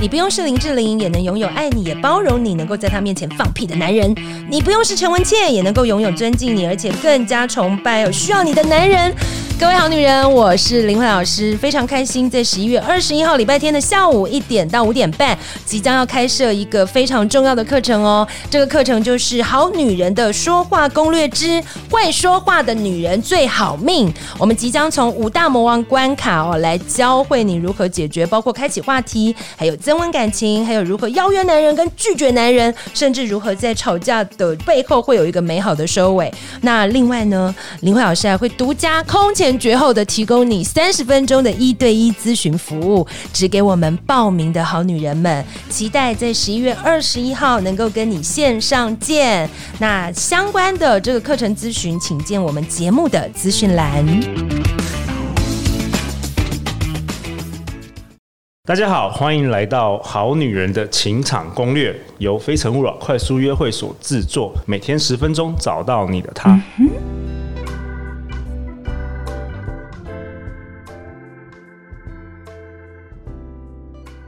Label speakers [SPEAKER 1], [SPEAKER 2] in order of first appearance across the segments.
[SPEAKER 1] 你不用是林志玲，也能拥有爱你也包容你，能够在他面前放屁的男人；你不用是陈文茜，也能够拥有尊敬你，而且更加崇拜有需要你的男人。各位好女人，我是林慧老师，非常开心，在十一月二十一号礼拜天的下午一点到五点半，即将要开设一个非常重要的课程哦。这个课程就是《好女人的说话攻略之会说话的女人最好命》。我们即将从五大魔王关卡哦，来教会你如何解决，包括开启话题，还有增温感情，还有如何邀约男人跟拒绝男人，甚至如何在吵架的背后会有一个美好的收尾。那另外呢，林慧老师还会独家空前绝后的提供你三十分钟的一对一咨询服务，只给我们报名的好女人们。期待在十一月二十一号能够跟你线上见。那相关的这个课程咨询，请见我们节目的资讯栏。
[SPEAKER 2] 大家好，欢迎来到《好女人的情场攻略》，由非诚勿扰快速约会所制作，每天十分钟，找到你的他。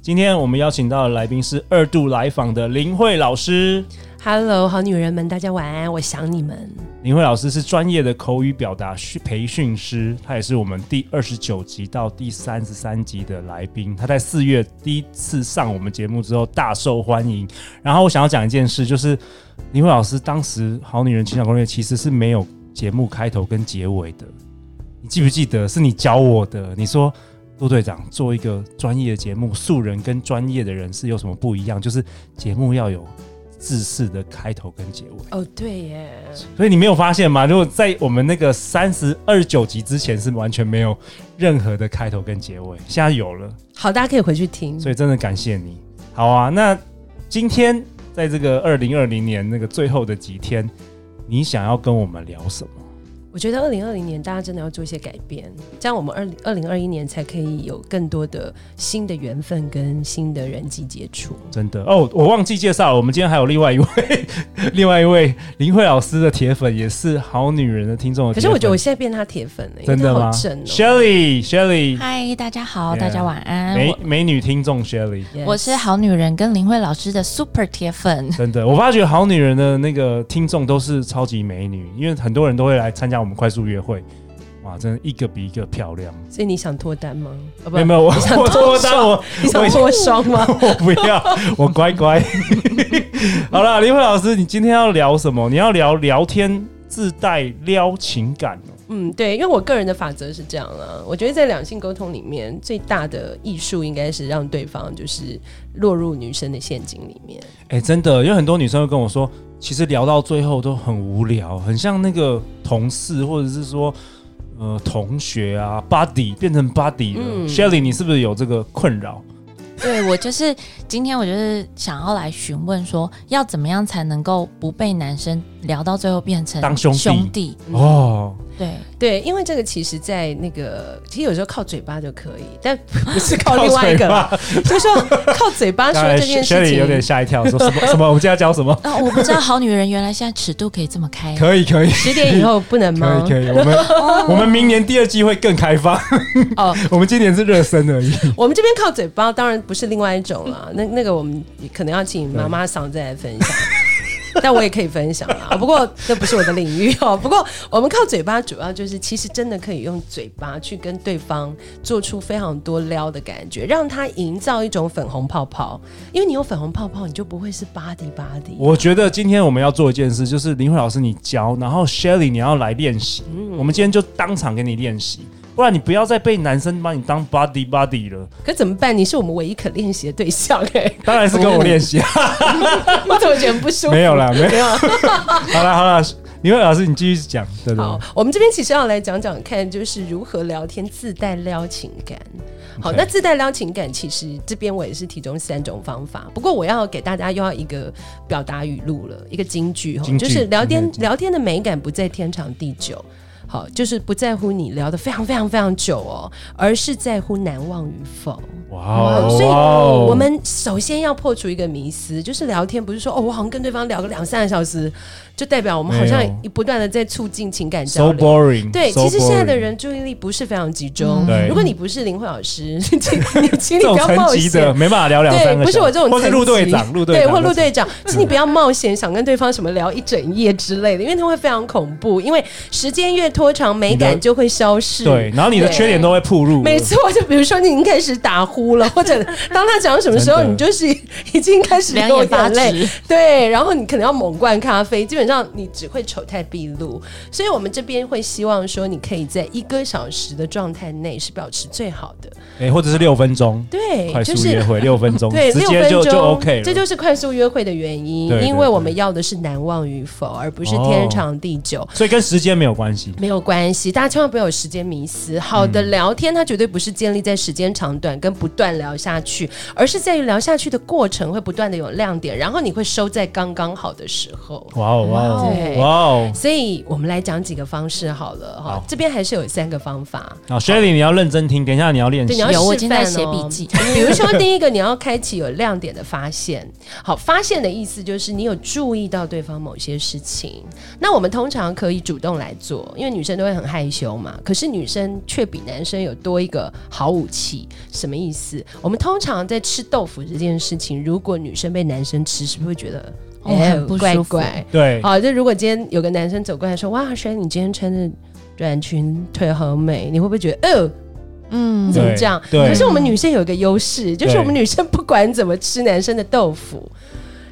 [SPEAKER 2] 今天我们邀请到的来宾是二度来访的林慧老师。
[SPEAKER 3] Hello，好女人们，大家晚安，我想你们。
[SPEAKER 2] 林慧老师是专业的口语表达训培训师，他也是我们第二十九集到第三十三集的来宾。他在四月第一次上我们节目之后大受欢迎。然后我想要讲一件事，就是林慧老师当时《好女人情感攻略》其实是没有节目开头跟结尾的，你记不记得？是你教我的。你说陆队长做一个专业的节目，素人跟专业的人是有什么不一样？就是节目要有自式的开头跟结尾。
[SPEAKER 3] 哦，对耶，
[SPEAKER 2] 所以你没有发现吗？如果在我们那个三十二九集之前是完全没有任何的开头跟结尾，现在有了，
[SPEAKER 3] 好，大家可以回去听。
[SPEAKER 2] 所以真的感谢你。好啊，那今天在这个二零二零年那个最后的几天，你想要跟我们聊什么？
[SPEAKER 3] 我觉得二零二零年大家真的要做一些改变，这样我们二二零二一年才可以有更多的新的缘分跟新的人际接触。
[SPEAKER 2] 真的哦，我忘记介绍了，我们今天还有另外一位，另外一位林慧老师的铁粉，也是好女人的听众的
[SPEAKER 3] 可
[SPEAKER 2] 铁粉。
[SPEAKER 3] 是我觉得我现在变他铁粉了，因为
[SPEAKER 2] 真的
[SPEAKER 3] 他
[SPEAKER 2] 吗
[SPEAKER 3] 好正哦、
[SPEAKER 2] ？Shelly，Shelly，
[SPEAKER 4] 嗨，大家好
[SPEAKER 2] Yeah
[SPEAKER 4] 大家晚安。
[SPEAKER 2] 美美女听众 Shelly。
[SPEAKER 3] Yes
[SPEAKER 4] 我我是好女人跟林慧老师的 super 铁粉，
[SPEAKER 2] 真的，我发觉好女人的那个听众都是超级美女，因为很多人都会来参加我们快速约会。哇，真的一个比一个漂亮。
[SPEAKER 3] 所以你想脱单吗？哦、不
[SPEAKER 2] 没有没有，我我脱单我
[SPEAKER 3] 你
[SPEAKER 2] 我
[SPEAKER 3] 想
[SPEAKER 2] 已经
[SPEAKER 3] 脱双吗？
[SPEAKER 2] 我不要，我乖乖。 好了，林慧老师，你今天要聊什么？你要聊聊天自带撩情感哦。
[SPEAKER 3] 嗯，对，因为我个人的法则是这样啊，我觉得在两性沟通里面，最大的艺术应该是让对方就是落入女生的陷阱里面。
[SPEAKER 2] 哎、真的，有很多女生会跟我说，其实聊到最后都很无聊，很像那个同事或者是说呃同学啊，buddy 变成 buddy 了。
[SPEAKER 3] 嗯
[SPEAKER 2] Shelly，你是不是有这个困扰？
[SPEAKER 4] 对我就是今天我就是想要来询问说，要怎么样才能够不被男生聊到最后变成
[SPEAKER 2] 当兄弟
[SPEAKER 4] 弟
[SPEAKER 3] 嗯
[SPEAKER 2] 哦，
[SPEAKER 4] 对，
[SPEAKER 3] 对，因为这个其实，在那个其实有时候靠嘴巴就可以， 但不是靠哦另外一
[SPEAKER 2] 哦
[SPEAKER 3] 个啦，就是说靠嘴巴 说
[SPEAKER 2] 当然
[SPEAKER 3] 这件
[SPEAKER 2] s h e
[SPEAKER 3] 事
[SPEAKER 2] l 有点
[SPEAKER 3] 情。
[SPEAKER 2] 吓一跳，说什么什么？我们今天要教什么？
[SPEAKER 4] 那、哦我 不知道好女人原来现在尺度可以这么开，
[SPEAKER 2] 可以，可以，
[SPEAKER 3] 十点以后不能
[SPEAKER 2] 可
[SPEAKER 3] 吗
[SPEAKER 2] 以，？可以。我们我们明年第二季会更开放，
[SPEAKER 3] 哦，
[SPEAKER 2] 我们今年是热身而已。
[SPEAKER 3] 我们这边靠嘴巴当然不是另外一种啦，那那个我们可能要请妈妈嗓再来分 享。但我也可以分享啦，不过这不是我的领域 哦。不过我们靠嘴巴主要就是，其实真的可以用嘴巴去跟对方做出非常多撩的感觉，让他营造一种粉红泡泡。因为你有粉红泡泡，你就不会是巴迪巴迪。
[SPEAKER 2] 我觉得今天我们要做一件事，就是林慧老师你教，然后 Shelly 你要来练习。
[SPEAKER 3] 嗯
[SPEAKER 2] 我们今天就当场给你练习，不然你不要再被男生把你当 buddy buddy 了。
[SPEAKER 3] 可怎么办？你是我们唯一可练习的对象哎、
[SPEAKER 2] 当然是跟我 练习，啊
[SPEAKER 3] 我怎么觉得很不舒服？
[SPEAKER 2] 没有啦，没
[SPEAKER 3] 啊
[SPEAKER 2] 有。 好了好了，林慧老师你继续讲，对对。
[SPEAKER 3] 好，我们这边其实要来讲讲看，就是如何聊天自带撩情感。好
[SPEAKER 2] OK
[SPEAKER 3] 那自带撩情感，其实这边我也是提供三种方法。不过我要给大家又要一个表达语录了，一个金句哈，
[SPEAKER 2] 金句
[SPEAKER 3] 就是聊天
[SPEAKER 2] 嗯
[SPEAKER 3] 聊天的美感不在天长地久。好，就是不在乎你聊得非常非常非常久哦，而是在乎难忘与否。
[SPEAKER 2] 哇
[SPEAKER 3] 好
[SPEAKER 2] 哦，
[SPEAKER 3] 所以
[SPEAKER 2] 哇哦
[SPEAKER 3] 我们首先要破除一个迷思，就是聊天不是说哦，我好像跟对方聊个两三个小时就代表我们好像
[SPEAKER 2] 没有
[SPEAKER 3] 不断的在促进情感
[SPEAKER 2] So
[SPEAKER 3] 交流。
[SPEAKER 2] boring。
[SPEAKER 3] 对，其实现在的人注意力不是非常集中
[SPEAKER 4] 嗯。
[SPEAKER 2] 对
[SPEAKER 3] 如果你不是林慧老师， 请你请
[SPEAKER 2] 这
[SPEAKER 3] 你
[SPEAKER 2] 种
[SPEAKER 3] 不要冒
[SPEAKER 2] 层级的
[SPEAKER 3] 险。
[SPEAKER 2] 没办法聊两
[SPEAKER 3] 对
[SPEAKER 2] 三，个小时，
[SPEAKER 3] 不是我这种层级，
[SPEAKER 2] 或是陆队长、陆队
[SPEAKER 3] 对，
[SPEAKER 2] 长
[SPEAKER 3] 或陆队长，请你不要冒险，想跟对方什么聊一整夜之类的，因为他会非常恐怖，因为时间越拖长，美
[SPEAKER 2] 你
[SPEAKER 3] 感
[SPEAKER 2] 的
[SPEAKER 3] 就会消失。
[SPEAKER 2] 对，然后你的
[SPEAKER 3] 对
[SPEAKER 2] 缺点都会暴露。
[SPEAKER 3] 每次我就比如说你已经开始打呼了，或 者当他讲什么时候，
[SPEAKER 2] 真的
[SPEAKER 3] 你就是 已经开始
[SPEAKER 4] 两
[SPEAKER 3] 流
[SPEAKER 4] 眼发
[SPEAKER 3] 眼泪
[SPEAKER 4] 直，
[SPEAKER 3] 对，然后你可能要猛灌咖啡，基本上你只会丑态毕露。所以我们这边会希望说，你可以在一个小时的状态内是保持最好的，
[SPEAKER 2] 哎，或者是六分钟，
[SPEAKER 3] 对，
[SPEAKER 2] 快
[SPEAKER 3] 就
[SPEAKER 2] 速
[SPEAKER 3] 是
[SPEAKER 2] 约 会六分钟，
[SPEAKER 3] 对，
[SPEAKER 2] 直
[SPEAKER 3] 六
[SPEAKER 2] 接
[SPEAKER 3] 分
[SPEAKER 2] 就
[SPEAKER 3] 钟
[SPEAKER 2] 就 OK 了。
[SPEAKER 3] 这就是快速约会的原因，
[SPEAKER 2] 对对
[SPEAKER 3] 因为我们
[SPEAKER 2] 对
[SPEAKER 3] 要的是难忘与否，而不是
[SPEAKER 2] 哦
[SPEAKER 3] 天长地久。
[SPEAKER 2] 所以跟时间没有关系。
[SPEAKER 3] 没有关系，大家千万不要有时间迷思。好的
[SPEAKER 2] 嗯
[SPEAKER 3] 聊天，它绝对不是建立在时间长短跟不断聊下去，而是在于聊下去的过程会不断的有亮点，然后你会收在刚刚好的时候。
[SPEAKER 2] 哇哦哇哦
[SPEAKER 3] 对
[SPEAKER 2] 哇哦！
[SPEAKER 3] 所以我们来讲几个方式好了哈
[SPEAKER 2] 好，
[SPEAKER 3] 这边还是有三个方法。
[SPEAKER 2] 好 s h i r l e y 你要认真听，等一下你要练
[SPEAKER 3] 对，你
[SPEAKER 2] 习
[SPEAKER 3] 要。
[SPEAKER 4] 嗯有我
[SPEAKER 3] 示
[SPEAKER 4] 已经在
[SPEAKER 3] 范
[SPEAKER 4] 写
[SPEAKER 3] 哦
[SPEAKER 4] 笔记
[SPEAKER 3] 比如说，第一个你要开启有亮点的发现。好，发现的意思就是你有注意到对方某些事情。那我们通常可以主动来做，因为女生都会很害羞嘛。可是女生却比男生有多一个好武器，什么意思？我们通常在吃豆腐这件事情，如果女生被男生吃，是不是会觉得哎
[SPEAKER 4] 哦很不
[SPEAKER 3] 怪
[SPEAKER 4] 舒服
[SPEAKER 3] 怪？
[SPEAKER 2] 对，
[SPEAKER 3] 好，就如果今天有个男生走过来说：“哇，轩，你今天穿的短裙，腿好美。”你会不会觉得，哦、
[SPEAKER 4] 嗯
[SPEAKER 3] 怎么
[SPEAKER 2] 对
[SPEAKER 3] 这样？
[SPEAKER 2] 对
[SPEAKER 3] 可是我们女生有一个优势，就是我们女生不管怎么吃男生的豆腐，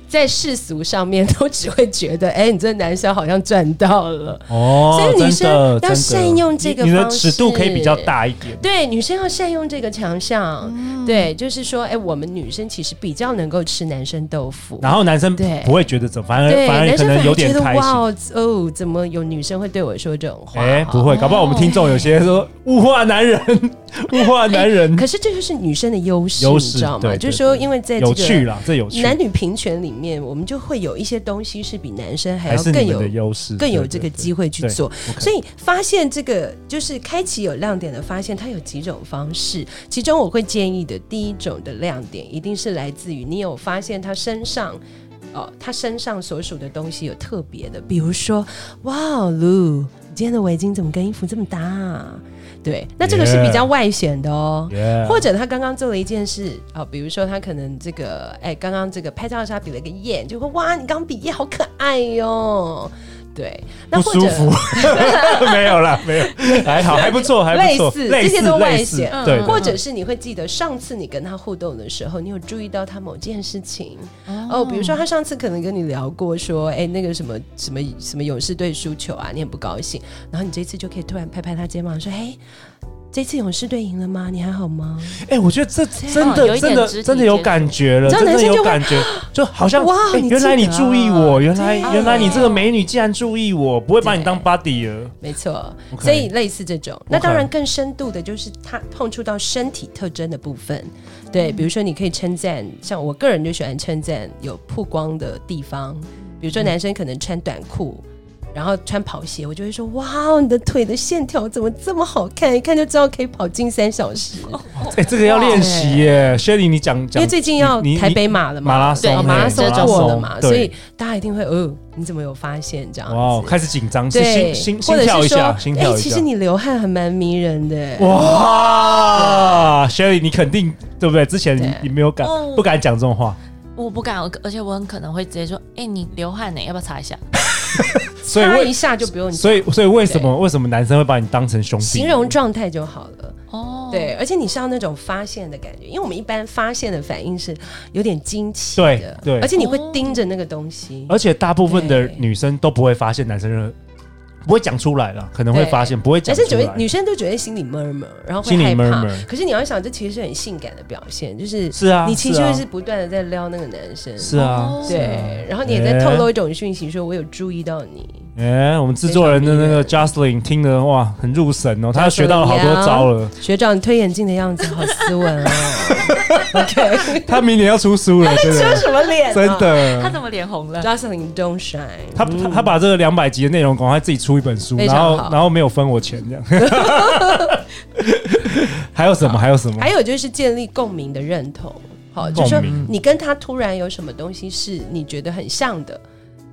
[SPEAKER 3] 在世俗上面都只会觉得，哎、你这男生好像赚到了。
[SPEAKER 2] 哦，
[SPEAKER 3] 所以女
[SPEAKER 2] 真的
[SPEAKER 3] 生要
[SPEAKER 2] 真的
[SPEAKER 3] 善用这个
[SPEAKER 2] 你你的
[SPEAKER 3] 方
[SPEAKER 2] 尺度可以比较
[SPEAKER 3] 式
[SPEAKER 2] 大一点。
[SPEAKER 3] 对，女生要善用这个强项。对，就是说，哎、我们女生其实比较能够吃男生豆腐。
[SPEAKER 2] 然后男生
[SPEAKER 3] 对
[SPEAKER 2] 不会觉得怎么，反而
[SPEAKER 3] 对，
[SPEAKER 2] 反而
[SPEAKER 3] 男
[SPEAKER 2] 可
[SPEAKER 3] 生
[SPEAKER 2] 能有点
[SPEAKER 3] 觉得
[SPEAKER 2] 开心。
[SPEAKER 3] 哇哦，怎么有女生会对我说这种话？
[SPEAKER 2] 哎，不会，搞不好我们
[SPEAKER 4] 哦
[SPEAKER 2] 听众有些说物化男人，
[SPEAKER 3] 哦
[SPEAKER 2] 物化男人，
[SPEAKER 3] 可是这就是女生的优势，
[SPEAKER 2] 优
[SPEAKER 3] 你
[SPEAKER 2] 势
[SPEAKER 3] 知道吗？
[SPEAKER 2] 对对
[SPEAKER 3] 就是说，因为哎在这
[SPEAKER 2] 有趣
[SPEAKER 3] 个
[SPEAKER 2] 啦，这有趣，
[SPEAKER 3] 男女平权里面，我们就会有一些东西是比男生还
[SPEAKER 2] 还
[SPEAKER 3] 要
[SPEAKER 2] 是
[SPEAKER 3] 更
[SPEAKER 2] 你们
[SPEAKER 3] 有
[SPEAKER 2] 的优势，
[SPEAKER 3] 更有
[SPEAKER 2] 对
[SPEAKER 3] 这个
[SPEAKER 2] 对
[SPEAKER 3] 机会去
[SPEAKER 2] 对
[SPEAKER 3] 做。
[SPEAKER 2] OK
[SPEAKER 3] 所以发现这个就是开启有亮点的发现，它有几种方式。其中我会建议的第一种的亮点，一定是来自于你有发现他身上。哦，他身上所属的东西有特别的，比如说，哇哦，露，你今天的围巾怎么跟衣服这么搭、啊？对，那这个是比较
[SPEAKER 2] Yeah
[SPEAKER 3] 外显的哦。
[SPEAKER 2] Yeah
[SPEAKER 3] 或者他刚刚做了一件事啊、比如说他可能这个，哎，刚刚这个拍照的时候他比了个耶，就会哇，你刚刚比耶好可爱哟、对，那
[SPEAKER 2] 不
[SPEAKER 3] 或者
[SPEAKER 2] 舒服， 没有啦，没有，还好，还不错，还不错，
[SPEAKER 3] 类似这些都外
[SPEAKER 2] 类似
[SPEAKER 3] 显嗯
[SPEAKER 2] 对，对
[SPEAKER 3] 或者是你会记得上次你跟他互动的时候，你有注意到他某件事情哦，比如说他上次可能跟你聊过说，哎，那个什么什么什么勇士队输球啊，你很不高兴，然后你这次就可以突然拍拍他肩膀说，哎，这次勇士队赢了吗？你还好吗？
[SPEAKER 2] 哎，我觉得这真
[SPEAKER 4] 哦有
[SPEAKER 2] 的
[SPEAKER 4] 一
[SPEAKER 2] 真
[SPEAKER 4] 点
[SPEAKER 2] 的
[SPEAKER 4] 肢体
[SPEAKER 2] 真的有
[SPEAKER 4] 接触
[SPEAKER 2] 感觉了，
[SPEAKER 3] 这样
[SPEAKER 2] 真
[SPEAKER 3] 男
[SPEAKER 2] 的
[SPEAKER 3] 生就
[SPEAKER 2] 有
[SPEAKER 3] 会
[SPEAKER 2] 感觉，就好像
[SPEAKER 3] 哇
[SPEAKER 2] 哎
[SPEAKER 3] 你
[SPEAKER 2] 原来
[SPEAKER 3] 记
[SPEAKER 2] 你
[SPEAKER 3] 得
[SPEAKER 2] 注意
[SPEAKER 3] 啊
[SPEAKER 2] 我，原来
[SPEAKER 3] 对
[SPEAKER 2] 原来你这个美女竟然注意我，不会把你当 buddy 了，
[SPEAKER 3] 没错
[SPEAKER 2] OK
[SPEAKER 3] 所以类似这种。那当然更深度的就是它碰触到身体特征的部分，
[SPEAKER 2] 嗯
[SPEAKER 3] 对，比如说你可以称赞，像我个人就喜欢称赞有曝光的地方，比如说男生可能穿短裤。然后穿跑鞋，我就会说：“哇，你的腿的线条怎么这么好看？一看就知道可以跑进三小 时。
[SPEAKER 2] 哎，这个要练习耶，Shelly，你讲
[SPEAKER 3] 因
[SPEAKER 2] 讲
[SPEAKER 3] 为最近要
[SPEAKER 2] 你你
[SPEAKER 3] 台北马了嘛，
[SPEAKER 2] 马拉松
[SPEAKER 4] 对
[SPEAKER 2] 嘿，
[SPEAKER 3] 哦马拉松
[SPEAKER 4] 马拉
[SPEAKER 3] 过了嘛，
[SPEAKER 2] 对
[SPEAKER 3] 所以大家一定会哦，你怎么有发现这样子？
[SPEAKER 2] 哇哦，开始紧张，是
[SPEAKER 3] 对，
[SPEAKER 2] 心
[SPEAKER 3] 或
[SPEAKER 2] 心心
[SPEAKER 3] 者
[SPEAKER 2] 跳
[SPEAKER 3] 是
[SPEAKER 2] 一
[SPEAKER 3] 说，哎
[SPEAKER 2] 下，心跳一
[SPEAKER 3] 其
[SPEAKER 2] 下
[SPEAKER 3] 实。你流汗还蛮迷人的。
[SPEAKER 2] 哇，Sherry，你肯定对不对？之前你
[SPEAKER 3] 对嗯
[SPEAKER 2] 你没有敢
[SPEAKER 4] 哦
[SPEAKER 2] 不敢讲这种话，
[SPEAKER 4] 我不敢，我而且我很可能会直接说，哎、你流汗呢、要不要擦一下？
[SPEAKER 2] 所以
[SPEAKER 3] 擦
[SPEAKER 2] 为
[SPEAKER 3] 一下就不用
[SPEAKER 2] 所以所以为什么为什么男生会把你当成兄弟？
[SPEAKER 3] 形容状态就好了。
[SPEAKER 4] 哦，
[SPEAKER 3] 对，而且你是要那种发现的感觉，因为我们一般发现的反应是有点惊奇
[SPEAKER 2] 对
[SPEAKER 3] 的，
[SPEAKER 2] 对
[SPEAKER 3] 而且你会盯着那个东西。
[SPEAKER 2] 而且大部分的
[SPEAKER 3] 对
[SPEAKER 2] 女生都不会发现男生任何，不会讲出来了，可能会
[SPEAKER 3] 对
[SPEAKER 2] 发现，不会
[SPEAKER 3] 男
[SPEAKER 2] 讲出
[SPEAKER 3] 生只会
[SPEAKER 2] 来。
[SPEAKER 3] 女生都觉得心里 murmur，然后会
[SPEAKER 2] 心里
[SPEAKER 3] 害怕。
[SPEAKER 2] murmur
[SPEAKER 3] 可是你要想，这其实是很性感的表现，就是
[SPEAKER 2] 是啊
[SPEAKER 3] 你情绪
[SPEAKER 2] 是啊
[SPEAKER 3] 是不断的在撩那个男生，
[SPEAKER 2] 是啊
[SPEAKER 4] 哦，
[SPEAKER 2] 是啊
[SPEAKER 3] 对，然后你也在透露一种讯息，说我有注意到你。
[SPEAKER 2] 哎、哎我们制作人的那个 Justin 听得哇，很入神哦，他学到了好多招了。
[SPEAKER 3] 学长，你推眼镜的样子好斯文哦。OK，
[SPEAKER 2] 他明年要出书了，真
[SPEAKER 3] 遮
[SPEAKER 2] 的，
[SPEAKER 3] 什么脸、啊？
[SPEAKER 2] 真
[SPEAKER 4] 他
[SPEAKER 2] 的。
[SPEAKER 4] 怎么脸红了？
[SPEAKER 3] ，Jocelyn don't shine。
[SPEAKER 2] 他
[SPEAKER 4] 嗯
[SPEAKER 2] 他他把这个两百集的内容赶快自己出一本书，
[SPEAKER 3] 非
[SPEAKER 2] 然
[SPEAKER 3] 常
[SPEAKER 2] 后
[SPEAKER 3] 好
[SPEAKER 2] 然后没有分我钱这样。 还有什么？还有什么？
[SPEAKER 3] 还有就是建立共鸣的认同，好，
[SPEAKER 2] 共鸣
[SPEAKER 3] 就是说你跟他突然有什么东西是你觉得很像的，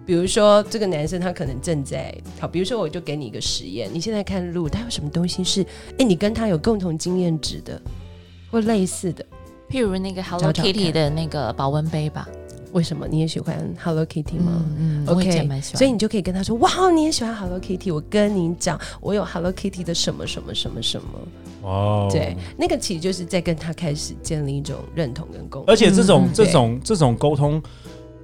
[SPEAKER 3] 比如说这个男生他可能正在好，比如说我就给你一个实验，你现在看路，他有什么东西是哎你跟他有共同经验值的或类似的？
[SPEAKER 4] 譬如那个 Hello
[SPEAKER 3] 找
[SPEAKER 4] Kitty
[SPEAKER 3] 看
[SPEAKER 4] 的那个保温杯吧，
[SPEAKER 3] 为什么你也喜欢 Hello Kitty 吗？
[SPEAKER 4] 嗯嗯，我以前
[SPEAKER 3] OK，
[SPEAKER 4] 蛮喜欢，
[SPEAKER 3] 所以你就可以跟他说：“哇，你也喜欢 Hello Kitty？我跟你讲，我有 Hello Kitty 的什么什么什么什么。
[SPEAKER 2] 哦
[SPEAKER 3] 对，那个其实就是在跟他开始建立一种认同跟共鸣。
[SPEAKER 2] 而且这种、
[SPEAKER 4] 嗯
[SPEAKER 2] 这种这种沟通，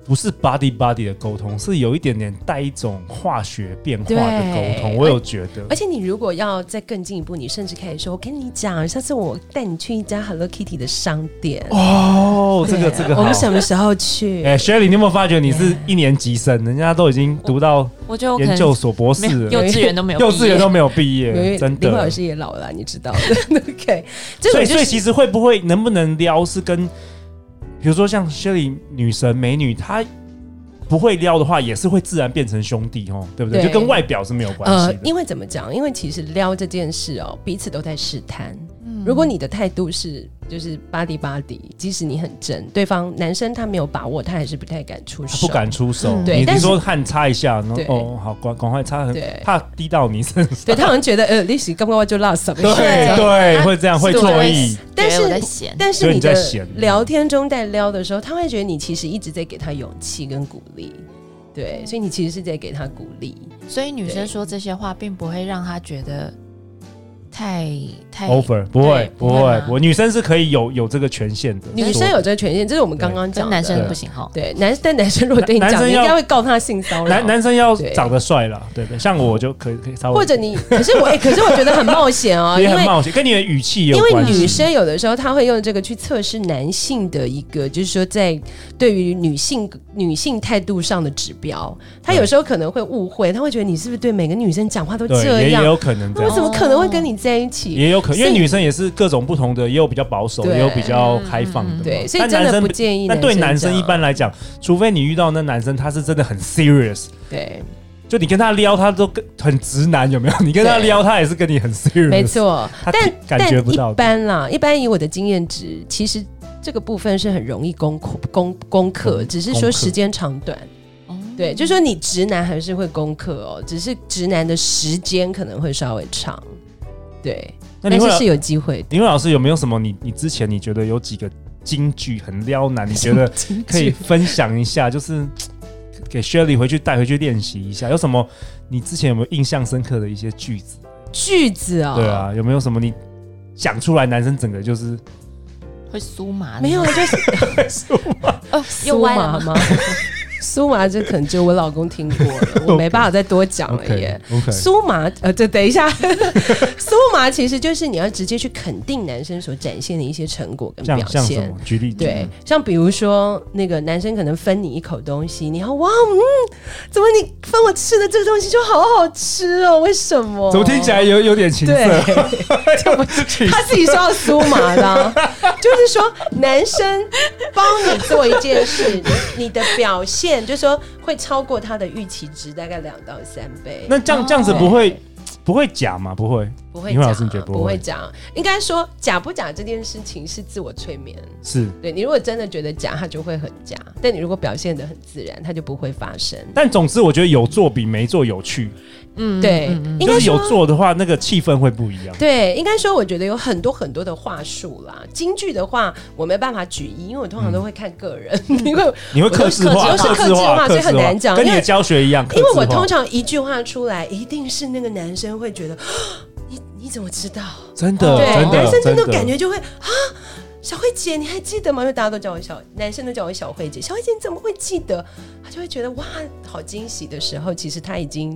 [SPEAKER 2] 不是 body body 的沟通，是有一点点带一种化学变化的沟通。
[SPEAKER 3] 对
[SPEAKER 2] 我有觉得，
[SPEAKER 3] 而且你如果要再更进一步，你甚至可以说：“我跟你讲，下次我带你去一家 Hello Kitty 的商店。
[SPEAKER 2] 哦，这
[SPEAKER 3] 对
[SPEAKER 2] 个这个
[SPEAKER 3] 我们
[SPEAKER 2] 好。
[SPEAKER 3] 什么时候去？
[SPEAKER 2] 哎、雪 s h i r l e y 你有没有发觉你是一年级生？人家都已经读到
[SPEAKER 4] 我觉得我可
[SPEAKER 2] 研
[SPEAKER 4] 能
[SPEAKER 2] 究所博士
[SPEAKER 4] 没有
[SPEAKER 2] 了，
[SPEAKER 4] 幼稚园都没有毕 业，
[SPEAKER 2] 幼稚园都没有毕
[SPEAKER 3] 因为
[SPEAKER 2] 业，真
[SPEAKER 3] 林慧老
[SPEAKER 2] 的。
[SPEAKER 3] 师也老了，你知道的。OK，这
[SPEAKER 2] 所
[SPEAKER 3] 种
[SPEAKER 2] 以，
[SPEAKER 3] 就
[SPEAKER 2] 所
[SPEAKER 3] 是
[SPEAKER 2] 以其实会不会能不能撩是跟，比如说像 Shelly 女神美女，她不会撩的话，也是会自然变成兄弟哦，对不对？
[SPEAKER 3] 对
[SPEAKER 2] 就跟外表是没有关系
[SPEAKER 3] 呃
[SPEAKER 2] 的。，
[SPEAKER 3] 因为怎么讲？因为其实撩这件事哦，彼此都在试探。
[SPEAKER 4] 嗯
[SPEAKER 3] 如果你的态度是就是巴迪巴迪，即使你很正，对方男生他没有把握，他还是不太敢出
[SPEAKER 2] 他
[SPEAKER 3] 手。
[SPEAKER 2] 不敢出手，
[SPEAKER 4] 嗯
[SPEAKER 3] 对
[SPEAKER 2] 你
[SPEAKER 3] 但
[SPEAKER 2] 你
[SPEAKER 3] 是
[SPEAKER 2] 说汗擦一下，然后
[SPEAKER 3] 对
[SPEAKER 2] 哦，好，赶赶快擦，很
[SPEAKER 3] 对
[SPEAKER 2] 怕滴到你身上。
[SPEAKER 3] 对他好像觉得呃，历史刚刚就落 什么。
[SPEAKER 2] 对
[SPEAKER 4] 对
[SPEAKER 2] 对，
[SPEAKER 4] 他
[SPEAKER 2] 会这样会
[SPEAKER 4] 是我
[SPEAKER 2] 错
[SPEAKER 4] 在
[SPEAKER 2] 意，
[SPEAKER 3] 但是
[SPEAKER 4] 觉得我在闲，
[SPEAKER 3] 但是你
[SPEAKER 2] 所以
[SPEAKER 3] 的
[SPEAKER 2] 你在闲
[SPEAKER 3] 聊天中在撩的时候，他会觉得你其实一直在给他勇气跟鼓励，对，所以你其实是在给他鼓励，
[SPEAKER 4] 所以女
[SPEAKER 3] 对
[SPEAKER 4] 生说这些话，并不会让她觉得太太
[SPEAKER 2] over 不会
[SPEAKER 4] 对
[SPEAKER 2] 不
[SPEAKER 4] 不会
[SPEAKER 2] 会
[SPEAKER 4] 吗，
[SPEAKER 2] 我女生是可以有有这个权限的，
[SPEAKER 3] 女生有这个权限，这是我们刚刚讲
[SPEAKER 4] 跟
[SPEAKER 3] 的。
[SPEAKER 4] 男生
[SPEAKER 2] 对
[SPEAKER 4] 不行哈。
[SPEAKER 3] 对男， 但男生如果对你
[SPEAKER 2] 男
[SPEAKER 3] 讲，
[SPEAKER 2] 生
[SPEAKER 3] 你应
[SPEAKER 2] 要
[SPEAKER 3] 该会告他性骚扰。
[SPEAKER 2] 男男生要
[SPEAKER 3] 对
[SPEAKER 2] 长得帅啦，对不对？像我就可以可以稍微，
[SPEAKER 3] 或者 你，可是我，哎、可是我觉得很冒险哦，
[SPEAKER 2] 也
[SPEAKER 3] 因
[SPEAKER 2] 很
[SPEAKER 3] 为
[SPEAKER 2] 冒险，跟你的语气也有
[SPEAKER 3] 因为
[SPEAKER 2] 关系
[SPEAKER 3] 女。生有的时候她会用这个去测试男性的一个，就是说在对于女性女性态度上的指标。她有时候可能会误会，她会觉得你是不是对每个女生讲话都
[SPEAKER 2] 对，
[SPEAKER 3] 这
[SPEAKER 2] 也也
[SPEAKER 3] 样？
[SPEAKER 2] 有可能这
[SPEAKER 3] 那我
[SPEAKER 2] 样，
[SPEAKER 3] 怎么可能会跟你在一起？
[SPEAKER 2] 也有可能，因为
[SPEAKER 3] 所以
[SPEAKER 2] 女生也是各种不同的，也有比较保守，
[SPEAKER 3] 对嗯
[SPEAKER 2] 也有比较开放的嘛。
[SPEAKER 3] 对，所以
[SPEAKER 2] 但
[SPEAKER 3] 真
[SPEAKER 2] 男
[SPEAKER 3] 的
[SPEAKER 2] 生
[SPEAKER 3] 不建议。
[SPEAKER 2] 但对男生
[SPEAKER 3] 这
[SPEAKER 2] 一
[SPEAKER 3] 样
[SPEAKER 2] 般来讲，除非你遇到那男生他是真的很 serious，
[SPEAKER 3] 对，
[SPEAKER 2] 就你跟他撩，他都跟很直男，有没有？你跟他
[SPEAKER 3] 对
[SPEAKER 2] 撩，他也是跟你很 serious，
[SPEAKER 3] 没，错。
[SPEAKER 2] 他
[SPEAKER 3] 但
[SPEAKER 2] 感觉不到
[SPEAKER 3] 但一般啦，一般以我的经验值，其实这个部分是很容易攻克攻攻克，
[SPEAKER 2] 攻
[SPEAKER 3] 只是
[SPEAKER 2] 攻
[SPEAKER 3] 说
[SPEAKER 2] 克
[SPEAKER 3] 时间长短。
[SPEAKER 4] 哦
[SPEAKER 3] 对，就说你直男还是会攻克哦，只是直男的时间可能会稍微长，对，
[SPEAKER 2] 那
[SPEAKER 3] 但
[SPEAKER 2] 林慧
[SPEAKER 3] 是
[SPEAKER 2] 老
[SPEAKER 3] 是有机会的。
[SPEAKER 2] 林慧老师有没有什么你你之前你觉得有几个金句很撩男，你觉得 可以分享一下？就是给 Shirley 回去带回去练习一下，有什么你之前有没有印象深刻的一些句子？
[SPEAKER 3] 句子啊、
[SPEAKER 2] 对，啊，有没有什么你讲出来，男生整个就是
[SPEAKER 4] 会酥麻的吗，
[SPEAKER 3] 没 有就是
[SPEAKER 4] 哦，又
[SPEAKER 3] 苏
[SPEAKER 4] 歪
[SPEAKER 3] 麻
[SPEAKER 4] 了吗？
[SPEAKER 3] 吗？苏麻这可能只有我老公听过了，我没办法再多讲了耶。
[SPEAKER 2] OK
[SPEAKER 3] 苏麻，呃，这等一下， 苏麻其实就是你要直接去肯定男生所展现的一些成果跟
[SPEAKER 2] 像
[SPEAKER 3] 表
[SPEAKER 2] 像什
[SPEAKER 3] 现
[SPEAKER 2] 么。？举例
[SPEAKER 3] 对，，像比如说那个男生可能分你一口东西，你要哇，嗯，怎么你分我吃的这个东西就好好吃哦？为什么？
[SPEAKER 2] 怎么听起来有有点情
[SPEAKER 3] 对
[SPEAKER 2] 色？，
[SPEAKER 3] 他自己说要酥麻的啊、就是说男生帮你做一件事，你你的表现就是说会超过他的预期值大概两到三倍。
[SPEAKER 2] 那这样这样子
[SPEAKER 4] 哦
[SPEAKER 2] 不会不会假吗？不会，
[SPEAKER 3] 不会
[SPEAKER 2] 林慧老
[SPEAKER 3] 讲
[SPEAKER 2] 师你觉得
[SPEAKER 3] 啊，
[SPEAKER 2] 不
[SPEAKER 3] 不
[SPEAKER 2] 会
[SPEAKER 3] 会讲。应该说假不假这件事情是自我催眠。
[SPEAKER 2] 是。
[SPEAKER 3] 对你如果真的觉得假，它就会很假；但你如果表现的很自然，它就不会发生。
[SPEAKER 2] 但总之，我觉得有做比没做有趣，
[SPEAKER 4] 嗯，
[SPEAKER 3] 对，
[SPEAKER 4] 嗯嗯
[SPEAKER 3] 应
[SPEAKER 2] 就
[SPEAKER 3] 该
[SPEAKER 2] 是有
[SPEAKER 3] 说。
[SPEAKER 2] 做的话，那个气氛会不一样。
[SPEAKER 3] 对，应该说，我觉得有很多很多的话术啦。京剧的话，我没办法举一，因为我通
[SPEAKER 2] 嗯
[SPEAKER 3] 常都会看个人， 因为
[SPEAKER 2] 你会克制化，
[SPEAKER 3] 我都是
[SPEAKER 2] 制化，
[SPEAKER 3] 克制化所以
[SPEAKER 2] 克制化
[SPEAKER 3] 很难讲
[SPEAKER 2] 跟你
[SPEAKER 3] 因
[SPEAKER 2] 的
[SPEAKER 3] 为
[SPEAKER 2] 教学一样。克
[SPEAKER 3] 因
[SPEAKER 2] 制化
[SPEAKER 3] 为我通常一句话出来，一定是那个男生会觉得， 啊你你怎么知道？
[SPEAKER 2] 真的，
[SPEAKER 3] 对，
[SPEAKER 2] 真的，
[SPEAKER 3] 男生真的
[SPEAKER 2] 真的
[SPEAKER 3] 感觉就会啊，小慧姐，你还记得吗？因为大家都叫我小，男生都叫我小慧姐，小慧姐你怎么会记得？他就会觉得哇，好惊喜的时候，其实他已经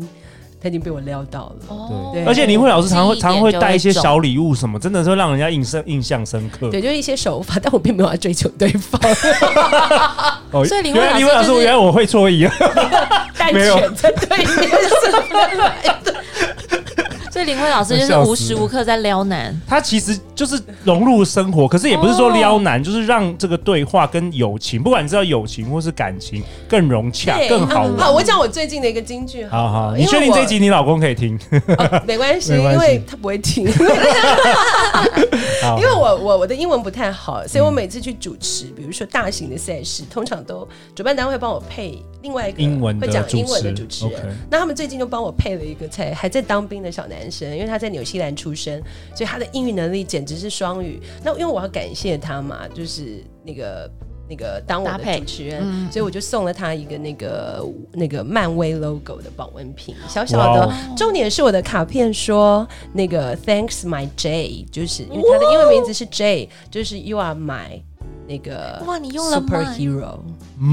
[SPEAKER 3] 他已经被我撩到了。
[SPEAKER 4] 哦
[SPEAKER 3] 对
[SPEAKER 2] 而且林慧老师常会
[SPEAKER 4] 记忆点
[SPEAKER 2] 常会带一些
[SPEAKER 4] 就会重
[SPEAKER 2] 小礼物什么，真的是会让人家印象印象深刻。
[SPEAKER 3] 对，就是一些手法，但我并没有要追求对方，
[SPEAKER 2] 哦
[SPEAKER 4] 所以林慧
[SPEAKER 2] 原来
[SPEAKER 4] 老
[SPEAKER 2] 林
[SPEAKER 4] 师
[SPEAKER 2] 慧老师，
[SPEAKER 4] 就是
[SPEAKER 2] 原来我会错意 啊。
[SPEAKER 3] 但
[SPEAKER 2] 没有
[SPEAKER 3] 选在对面是分 来的
[SPEAKER 4] 所以林慧老师就是
[SPEAKER 2] 笑死
[SPEAKER 4] 无时无刻在撩男，
[SPEAKER 2] 他其实就是融入生活，可是也不是说撩男，就是让这个对话跟友情，不管你知道友情或是感情更融洽、
[SPEAKER 3] 对
[SPEAKER 2] 更好
[SPEAKER 3] 嗯
[SPEAKER 2] 玩。
[SPEAKER 3] 好，我讲我最近的一个京剧好
[SPEAKER 2] 好
[SPEAKER 3] 了，
[SPEAKER 2] 好，你
[SPEAKER 3] 因为
[SPEAKER 2] 确定
[SPEAKER 3] 我
[SPEAKER 2] 这一集你老公可以听？
[SPEAKER 3] 哦 没关系，
[SPEAKER 2] 没关系
[SPEAKER 3] 因为他不会听。
[SPEAKER 2] 好
[SPEAKER 3] 因为我我我的英文不
[SPEAKER 2] 嗯
[SPEAKER 3] 太好，所以我每次去主持，比如说大型的赛事，通常都主办单位帮我配另外一个
[SPEAKER 2] 英文的
[SPEAKER 3] 会讲英文的
[SPEAKER 2] 主
[SPEAKER 3] 主
[SPEAKER 2] 持
[SPEAKER 3] 持人
[SPEAKER 2] OK
[SPEAKER 3] 那他们最近就帮我配了一个才还在当兵的小男生，因为他在纽西兰出生，所以他的英语能力简直是双语。那因为我要感谢他嘛，就是那个。那个当我
[SPEAKER 4] 搭
[SPEAKER 3] 的
[SPEAKER 4] 配嗯
[SPEAKER 3] 主持人，所以我就送了他一个那个那个漫威 logo 的保温瓶，小小的
[SPEAKER 2] 哇哦
[SPEAKER 3] 重点是我的卡片说那个 Thanks my J，就是因为他的英文名字是 J，就是 You are my 那个
[SPEAKER 4] 哇你用了 my
[SPEAKER 3] superhero，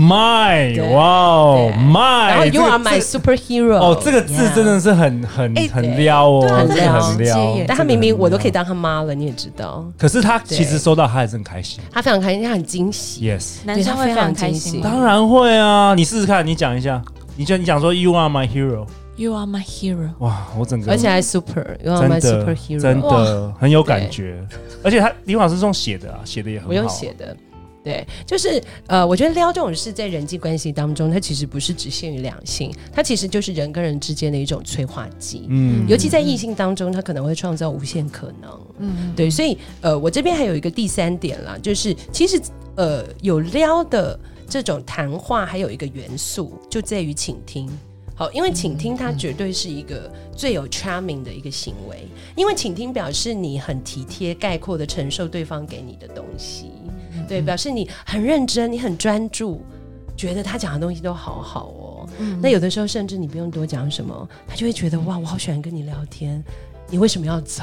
[SPEAKER 2] My，哇哦
[SPEAKER 3] 对然后
[SPEAKER 2] ，My，
[SPEAKER 3] You are
[SPEAKER 2] 哎这
[SPEAKER 3] my
[SPEAKER 2] 个
[SPEAKER 3] superhero，
[SPEAKER 2] 哦，这个字真的是很很
[SPEAKER 3] 哎
[SPEAKER 2] 很
[SPEAKER 3] 对
[SPEAKER 2] 撩哦，
[SPEAKER 3] 对
[SPEAKER 2] 真的
[SPEAKER 3] 很
[SPEAKER 2] 很
[SPEAKER 4] 撩
[SPEAKER 2] 撩
[SPEAKER 4] 直接。
[SPEAKER 3] 但他明明我都可以
[SPEAKER 2] 当，
[SPEAKER 3] 当他妈了，你也知道，
[SPEAKER 2] 可是他其实收到他还是很开心。
[SPEAKER 3] 他非常开心，他很惊喜。
[SPEAKER 2] Yes，
[SPEAKER 4] 男生会非常开
[SPEAKER 3] 对
[SPEAKER 4] 心
[SPEAKER 3] 他非
[SPEAKER 4] 吗
[SPEAKER 2] 当然会啊，你试试看，你讲一下，你就你讲说 You are my hero，
[SPEAKER 4] ？You are my hero。
[SPEAKER 2] 哇，我整个
[SPEAKER 3] 而且还 super，You are 嗯
[SPEAKER 2] 真
[SPEAKER 3] my
[SPEAKER 2] 的
[SPEAKER 3] superhero，
[SPEAKER 2] 真
[SPEAKER 3] 哇
[SPEAKER 2] 的很有感觉，而且他李老师是用写的啊，写的也很好，
[SPEAKER 3] 我用写的。对，就是呃，我觉得撩这种事在人际关系当中，它其实不是只限于两性，它其实就是人跟人之间的一种催化剂。
[SPEAKER 2] 嗯
[SPEAKER 3] 尤其在异性当中，他可能会创造无限可能。
[SPEAKER 4] 嗯，
[SPEAKER 3] 对，所以呃，我这边还有一个第三点啦，就是其实呃，有撩的这种谈话，还有一个元素就在于倾听。好，因为倾听它绝对是一个最有 charming 的一个行为，因为倾听表示你很体贴、概括的承受对方给你的东西，对，表示你很认真，你很专注，觉得他讲的东西都好好哦。那有的时候甚至你不用多讲什么，他就会觉得哇，我好喜欢跟你聊天，你为什么要走？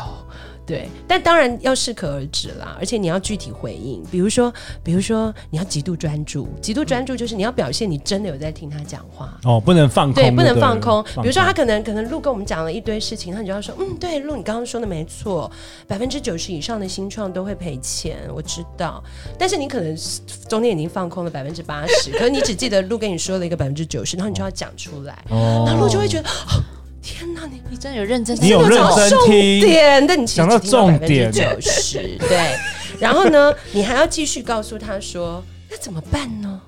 [SPEAKER 3] 对，但当然要适可而止啦，而且你要具体回应，比如说，比如说你要极度专注，极度专注就是你要表现你真的有在听他讲话，
[SPEAKER 2] 哦，不能放空，
[SPEAKER 3] 对，不能放空。
[SPEAKER 2] 放
[SPEAKER 3] 比如说，他可能可能陆跟我们讲了一堆事情，他就要说，嗯，对，陆你刚刚说的没错，百分之九十以上的新创都会赔钱，我知道。但是你可能是中间已经放空了百分之八十，可是你只记得陆跟你说了一个百分之九十，然后你就要讲出来，然
[SPEAKER 2] 哦，
[SPEAKER 3] 后陆就会觉得，哦天哪，你
[SPEAKER 4] 你真的有认真
[SPEAKER 2] 你有
[SPEAKER 3] 真的
[SPEAKER 2] 认
[SPEAKER 3] 找
[SPEAKER 2] 真
[SPEAKER 3] 重
[SPEAKER 2] 听
[SPEAKER 3] 点，但你其实
[SPEAKER 2] 讲到重点
[SPEAKER 3] 九十对，然后呢，你还要继续告诉他说，那怎么办呢？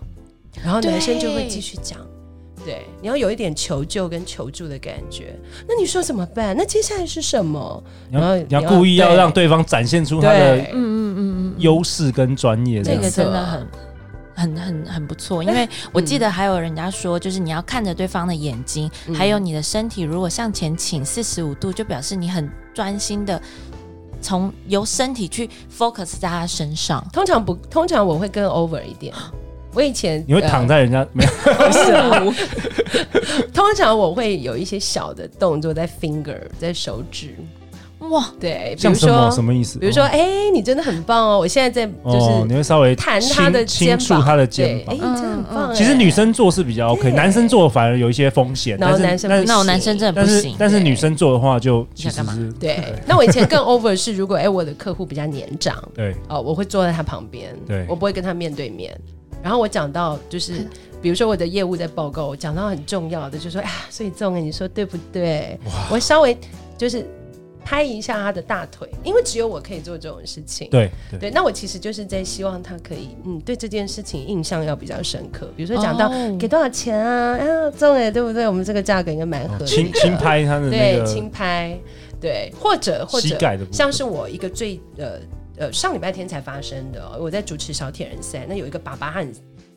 [SPEAKER 3] 然后男生就会
[SPEAKER 4] 对
[SPEAKER 3] 继续讲。对，你要有一点求救跟求助的感觉。那你说怎么办？那接下来是什么？
[SPEAKER 2] 你要
[SPEAKER 3] 然后
[SPEAKER 2] 你要故意要
[SPEAKER 3] 对
[SPEAKER 2] 让对方展现出他的
[SPEAKER 3] 对，
[SPEAKER 4] 嗯嗯嗯嗯，
[SPEAKER 2] 优势跟专业这
[SPEAKER 4] 这
[SPEAKER 2] 样
[SPEAKER 4] 个
[SPEAKER 2] 子，
[SPEAKER 4] 真
[SPEAKER 3] 啊
[SPEAKER 4] 的很。很很很不
[SPEAKER 3] 哎
[SPEAKER 4] 错，因为我记得还有人家说，就是你要看着对方的眼睛，
[SPEAKER 3] 嗯
[SPEAKER 4] 还有你的身体，如果向前倾四十五度，就表示你很专心的从由身体去 focus 在他身上。
[SPEAKER 3] 通常不，通常我会更 over 一点。我以前
[SPEAKER 2] 你会躺在人家没有
[SPEAKER 3] 呃不是啦 通常我会有一些小的动作在 finger 在手指，
[SPEAKER 4] 哇，
[SPEAKER 3] 对，比
[SPEAKER 2] 像
[SPEAKER 3] 如
[SPEAKER 2] 什么什
[SPEAKER 3] 说，
[SPEAKER 2] 么意思？
[SPEAKER 3] 比如说，哎、你真的很棒哦！我现在在就
[SPEAKER 2] 哦，
[SPEAKER 3] 是
[SPEAKER 2] 你会稍微
[SPEAKER 3] 弹他的
[SPEAKER 2] 轻
[SPEAKER 3] 肩
[SPEAKER 2] 轻触
[SPEAKER 3] 膀，
[SPEAKER 2] 他的肩
[SPEAKER 3] 对
[SPEAKER 2] 膀嗯
[SPEAKER 3] 哎、。你真的很棒、哎
[SPEAKER 2] 其实女生做是比较 OK，
[SPEAKER 3] 对
[SPEAKER 2] 男生做反而有一些风险，
[SPEAKER 3] 然后
[SPEAKER 2] 但是
[SPEAKER 3] 男生
[SPEAKER 2] 但是
[SPEAKER 3] 不
[SPEAKER 4] 那我男生真的
[SPEAKER 2] 但
[SPEAKER 4] 不
[SPEAKER 2] 是
[SPEAKER 4] 行。
[SPEAKER 2] 但是
[SPEAKER 3] 对
[SPEAKER 2] 女生做的话就其实
[SPEAKER 4] 想干
[SPEAKER 2] 是
[SPEAKER 3] 对，那我以前更 over 是，如果哎、我的客户比较年长，
[SPEAKER 2] 对
[SPEAKER 3] 哦，我会坐在他旁边，
[SPEAKER 2] 对嗯
[SPEAKER 3] 我不会跟他面对面。然后我讲到就是，比如说我的业务在报告，我讲到很重要的，就说哎呀，所以仲恩，你说对不对？我稍微就是拍一下他的大腿，因为只有我可以做这种事情。
[SPEAKER 2] 对对，
[SPEAKER 3] 对，那我其实就是在希望他可以，嗯，对这件事情印象要比较深刻。比如说讲到、
[SPEAKER 4] 哦
[SPEAKER 3] 给多少钱啊，啊，中哎，对不对？我们这个价格应该蛮合理的。
[SPEAKER 2] 轻轻哦拍他的那
[SPEAKER 3] 对，
[SPEAKER 2] 个
[SPEAKER 3] 轻拍，对，或者或
[SPEAKER 2] 膝
[SPEAKER 3] 者
[SPEAKER 2] 盖的部分，
[SPEAKER 3] 像是我一个最呃呃上礼拜天才发生的哦、我在主持小铁人赛，那有一个爸爸和。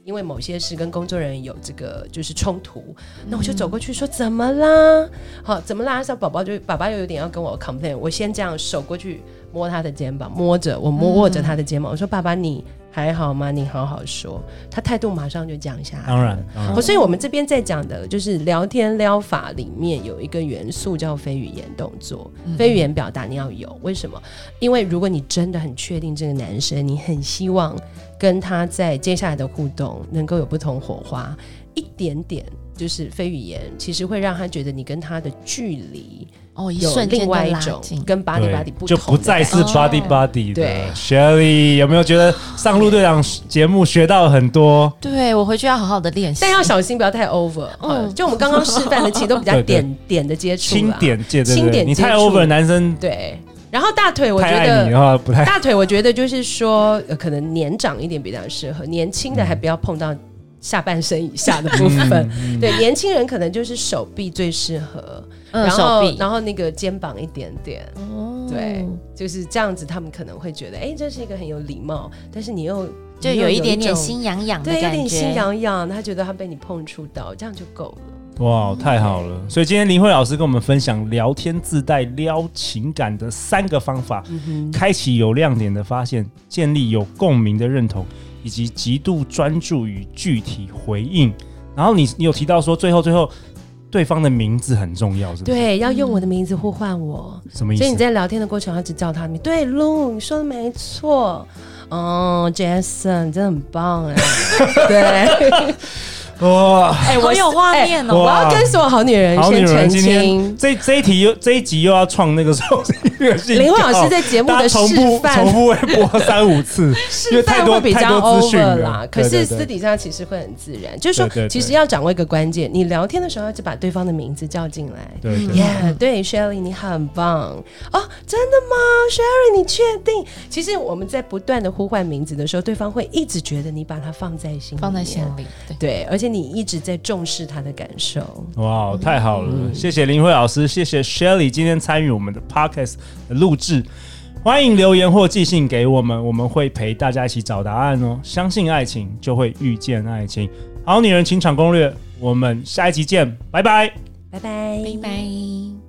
[SPEAKER 3] 因为某些事跟工作人员有这个就是冲突，那我就走过去说怎么啦？好，怎么啦？小宝宝就爸爸又有点要跟我 complain，我先这样手过去摸他的肩膀，摸着我摸握着他的肩
[SPEAKER 2] 嗯
[SPEAKER 3] 膀，我说爸爸你还好吗？你好好说。他态度马上就降下来了，
[SPEAKER 2] 当然当然
[SPEAKER 3] 哦，所以我们这边在讲的就是聊天撩法里面有一个元素叫非语言动作，
[SPEAKER 4] 嗯
[SPEAKER 3] 非语言表达你要有。为什么？因为如果你真的很确定这个男生，你很希望跟他在接下来的互动能够有不同火花，一点点就是非语言，其实会让他觉得你跟他的距离
[SPEAKER 4] 哦，一
[SPEAKER 3] 有
[SPEAKER 4] 瞬间
[SPEAKER 3] 另
[SPEAKER 4] 就
[SPEAKER 3] 外一
[SPEAKER 4] 拉
[SPEAKER 3] 种
[SPEAKER 4] 近，
[SPEAKER 3] 跟 body
[SPEAKER 2] 对
[SPEAKER 3] body 不同
[SPEAKER 2] 就不
[SPEAKER 3] 的
[SPEAKER 2] 再
[SPEAKER 3] 感
[SPEAKER 2] 是
[SPEAKER 3] 觉
[SPEAKER 4] 觉
[SPEAKER 2] body body
[SPEAKER 3] 对
[SPEAKER 2] 的 Shelly，有没有觉得上陆队长节目学到很多？
[SPEAKER 3] 啊
[SPEAKER 4] 对我回去要好好的练习。
[SPEAKER 3] 但要小心不要太 over、嗯。
[SPEAKER 4] 嗯
[SPEAKER 3] 就我们刚刚示范的，其实都比较
[SPEAKER 2] 对对
[SPEAKER 3] 点点的接触啦，
[SPEAKER 2] 轻点界，对
[SPEAKER 3] 轻
[SPEAKER 2] 不对？
[SPEAKER 3] 点
[SPEAKER 2] 你太
[SPEAKER 3] 接触
[SPEAKER 2] over，男生
[SPEAKER 3] 对。然后大腿，我觉
[SPEAKER 2] 太
[SPEAKER 3] 得
[SPEAKER 2] 爱你的话不太。
[SPEAKER 3] 大腿，我觉得就是说，呃可能年长一点比较适合，年轻的还不要碰到下半身以下的部分。
[SPEAKER 2] 嗯
[SPEAKER 3] 对，年轻人可能就是手臂最适合，
[SPEAKER 4] 嗯
[SPEAKER 3] 然
[SPEAKER 4] 手
[SPEAKER 3] 后
[SPEAKER 4] 臂，
[SPEAKER 3] 然后那个肩膀一点点，
[SPEAKER 4] 哦
[SPEAKER 3] 对就是这样子，他们可能会觉得，哎、这是一个很有礼貌，但是你又
[SPEAKER 4] 就有一点点心痒痒的
[SPEAKER 3] 对，有
[SPEAKER 4] 感
[SPEAKER 3] 点
[SPEAKER 4] 觉，
[SPEAKER 3] 心痒痒，他觉得他被你碰触到，这样就够了。
[SPEAKER 2] 哇，太好了！所以今天林慧老师跟我们分享聊天自带撩情感的三个方法，
[SPEAKER 3] 嗯
[SPEAKER 2] 开启有亮点的发现，建立有共鸣的认同，以及极度专注于具体回应。然后你你有提到说，最后最后对方的名字很重要，是不是？，
[SPEAKER 3] 对，要用我的名字呼唤我，
[SPEAKER 2] 什么意
[SPEAKER 3] 所以你
[SPEAKER 2] 思？
[SPEAKER 3] 在聊天的过程，要只叫他名。对，Lu，你说的没错。哦，Jason，你真的很棒 哎。对，
[SPEAKER 2] 啊哇！
[SPEAKER 4] 哎，我有画面哦，
[SPEAKER 2] 哇
[SPEAKER 3] 我要跟所有好女人
[SPEAKER 2] 好女
[SPEAKER 3] 先
[SPEAKER 2] 人，
[SPEAKER 3] 澄
[SPEAKER 2] 今天
[SPEAKER 3] 清。
[SPEAKER 2] 这这一题又这一集又要创那个什么
[SPEAKER 3] 林慧老师在节目
[SPEAKER 2] 哦大家
[SPEAKER 3] 的
[SPEAKER 2] 重
[SPEAKER 3] 示
[SPEAKER 2] 复
[SPEAKER 3] 范
[SPEAKER 2] 重复会播三五次， 因为太
[SPEAKER 3] 但
[SPEAKER 2] 多
[SPEAKER 3] 会比
[SPEAKER 2] 太
[SPEAKER 3] 较
[SPEAKER 2] 多资讯
[SPEAKER 3] over
[SPEAKER 2] 了
[SPEAKER 3] 啦，。可是
[SPEAKER 2] 对对对
[SPEAKER 3] 私底下其实会很自然，就是
[SPEAKER 2] 对对对
[SPEAKER 3] 说，其实要掌握一个关键，你聊天的时候要把对方的名字叫进来。
[SPEAKER 2] 对对对
[SPEAKER 3] 耶，对，Shelly 你很棒哦，真的吗？Shelly 你确定？其实我们在不断的呼唤名字的时候，对方会一直觉得你把他放在心，
[SPEAKER 4] 放在心。里，对，
[SPEAKER 3] 对，而且你一直在重视他的感受。
[SPEAKER 2] 哇，太好了！谢谢林慧老师，谢谢 Shelly 今天参与我们的 Podcast 的录制。欢迎留言或寄信给我们，我们会陪大家一起找答案哦。相信爱情，就会遇见爱情。好女人情场攻略，我们下一集见，拜拜。
[SPEAKER 3] 拜拜，
[SPEAKER 4] 拜拜。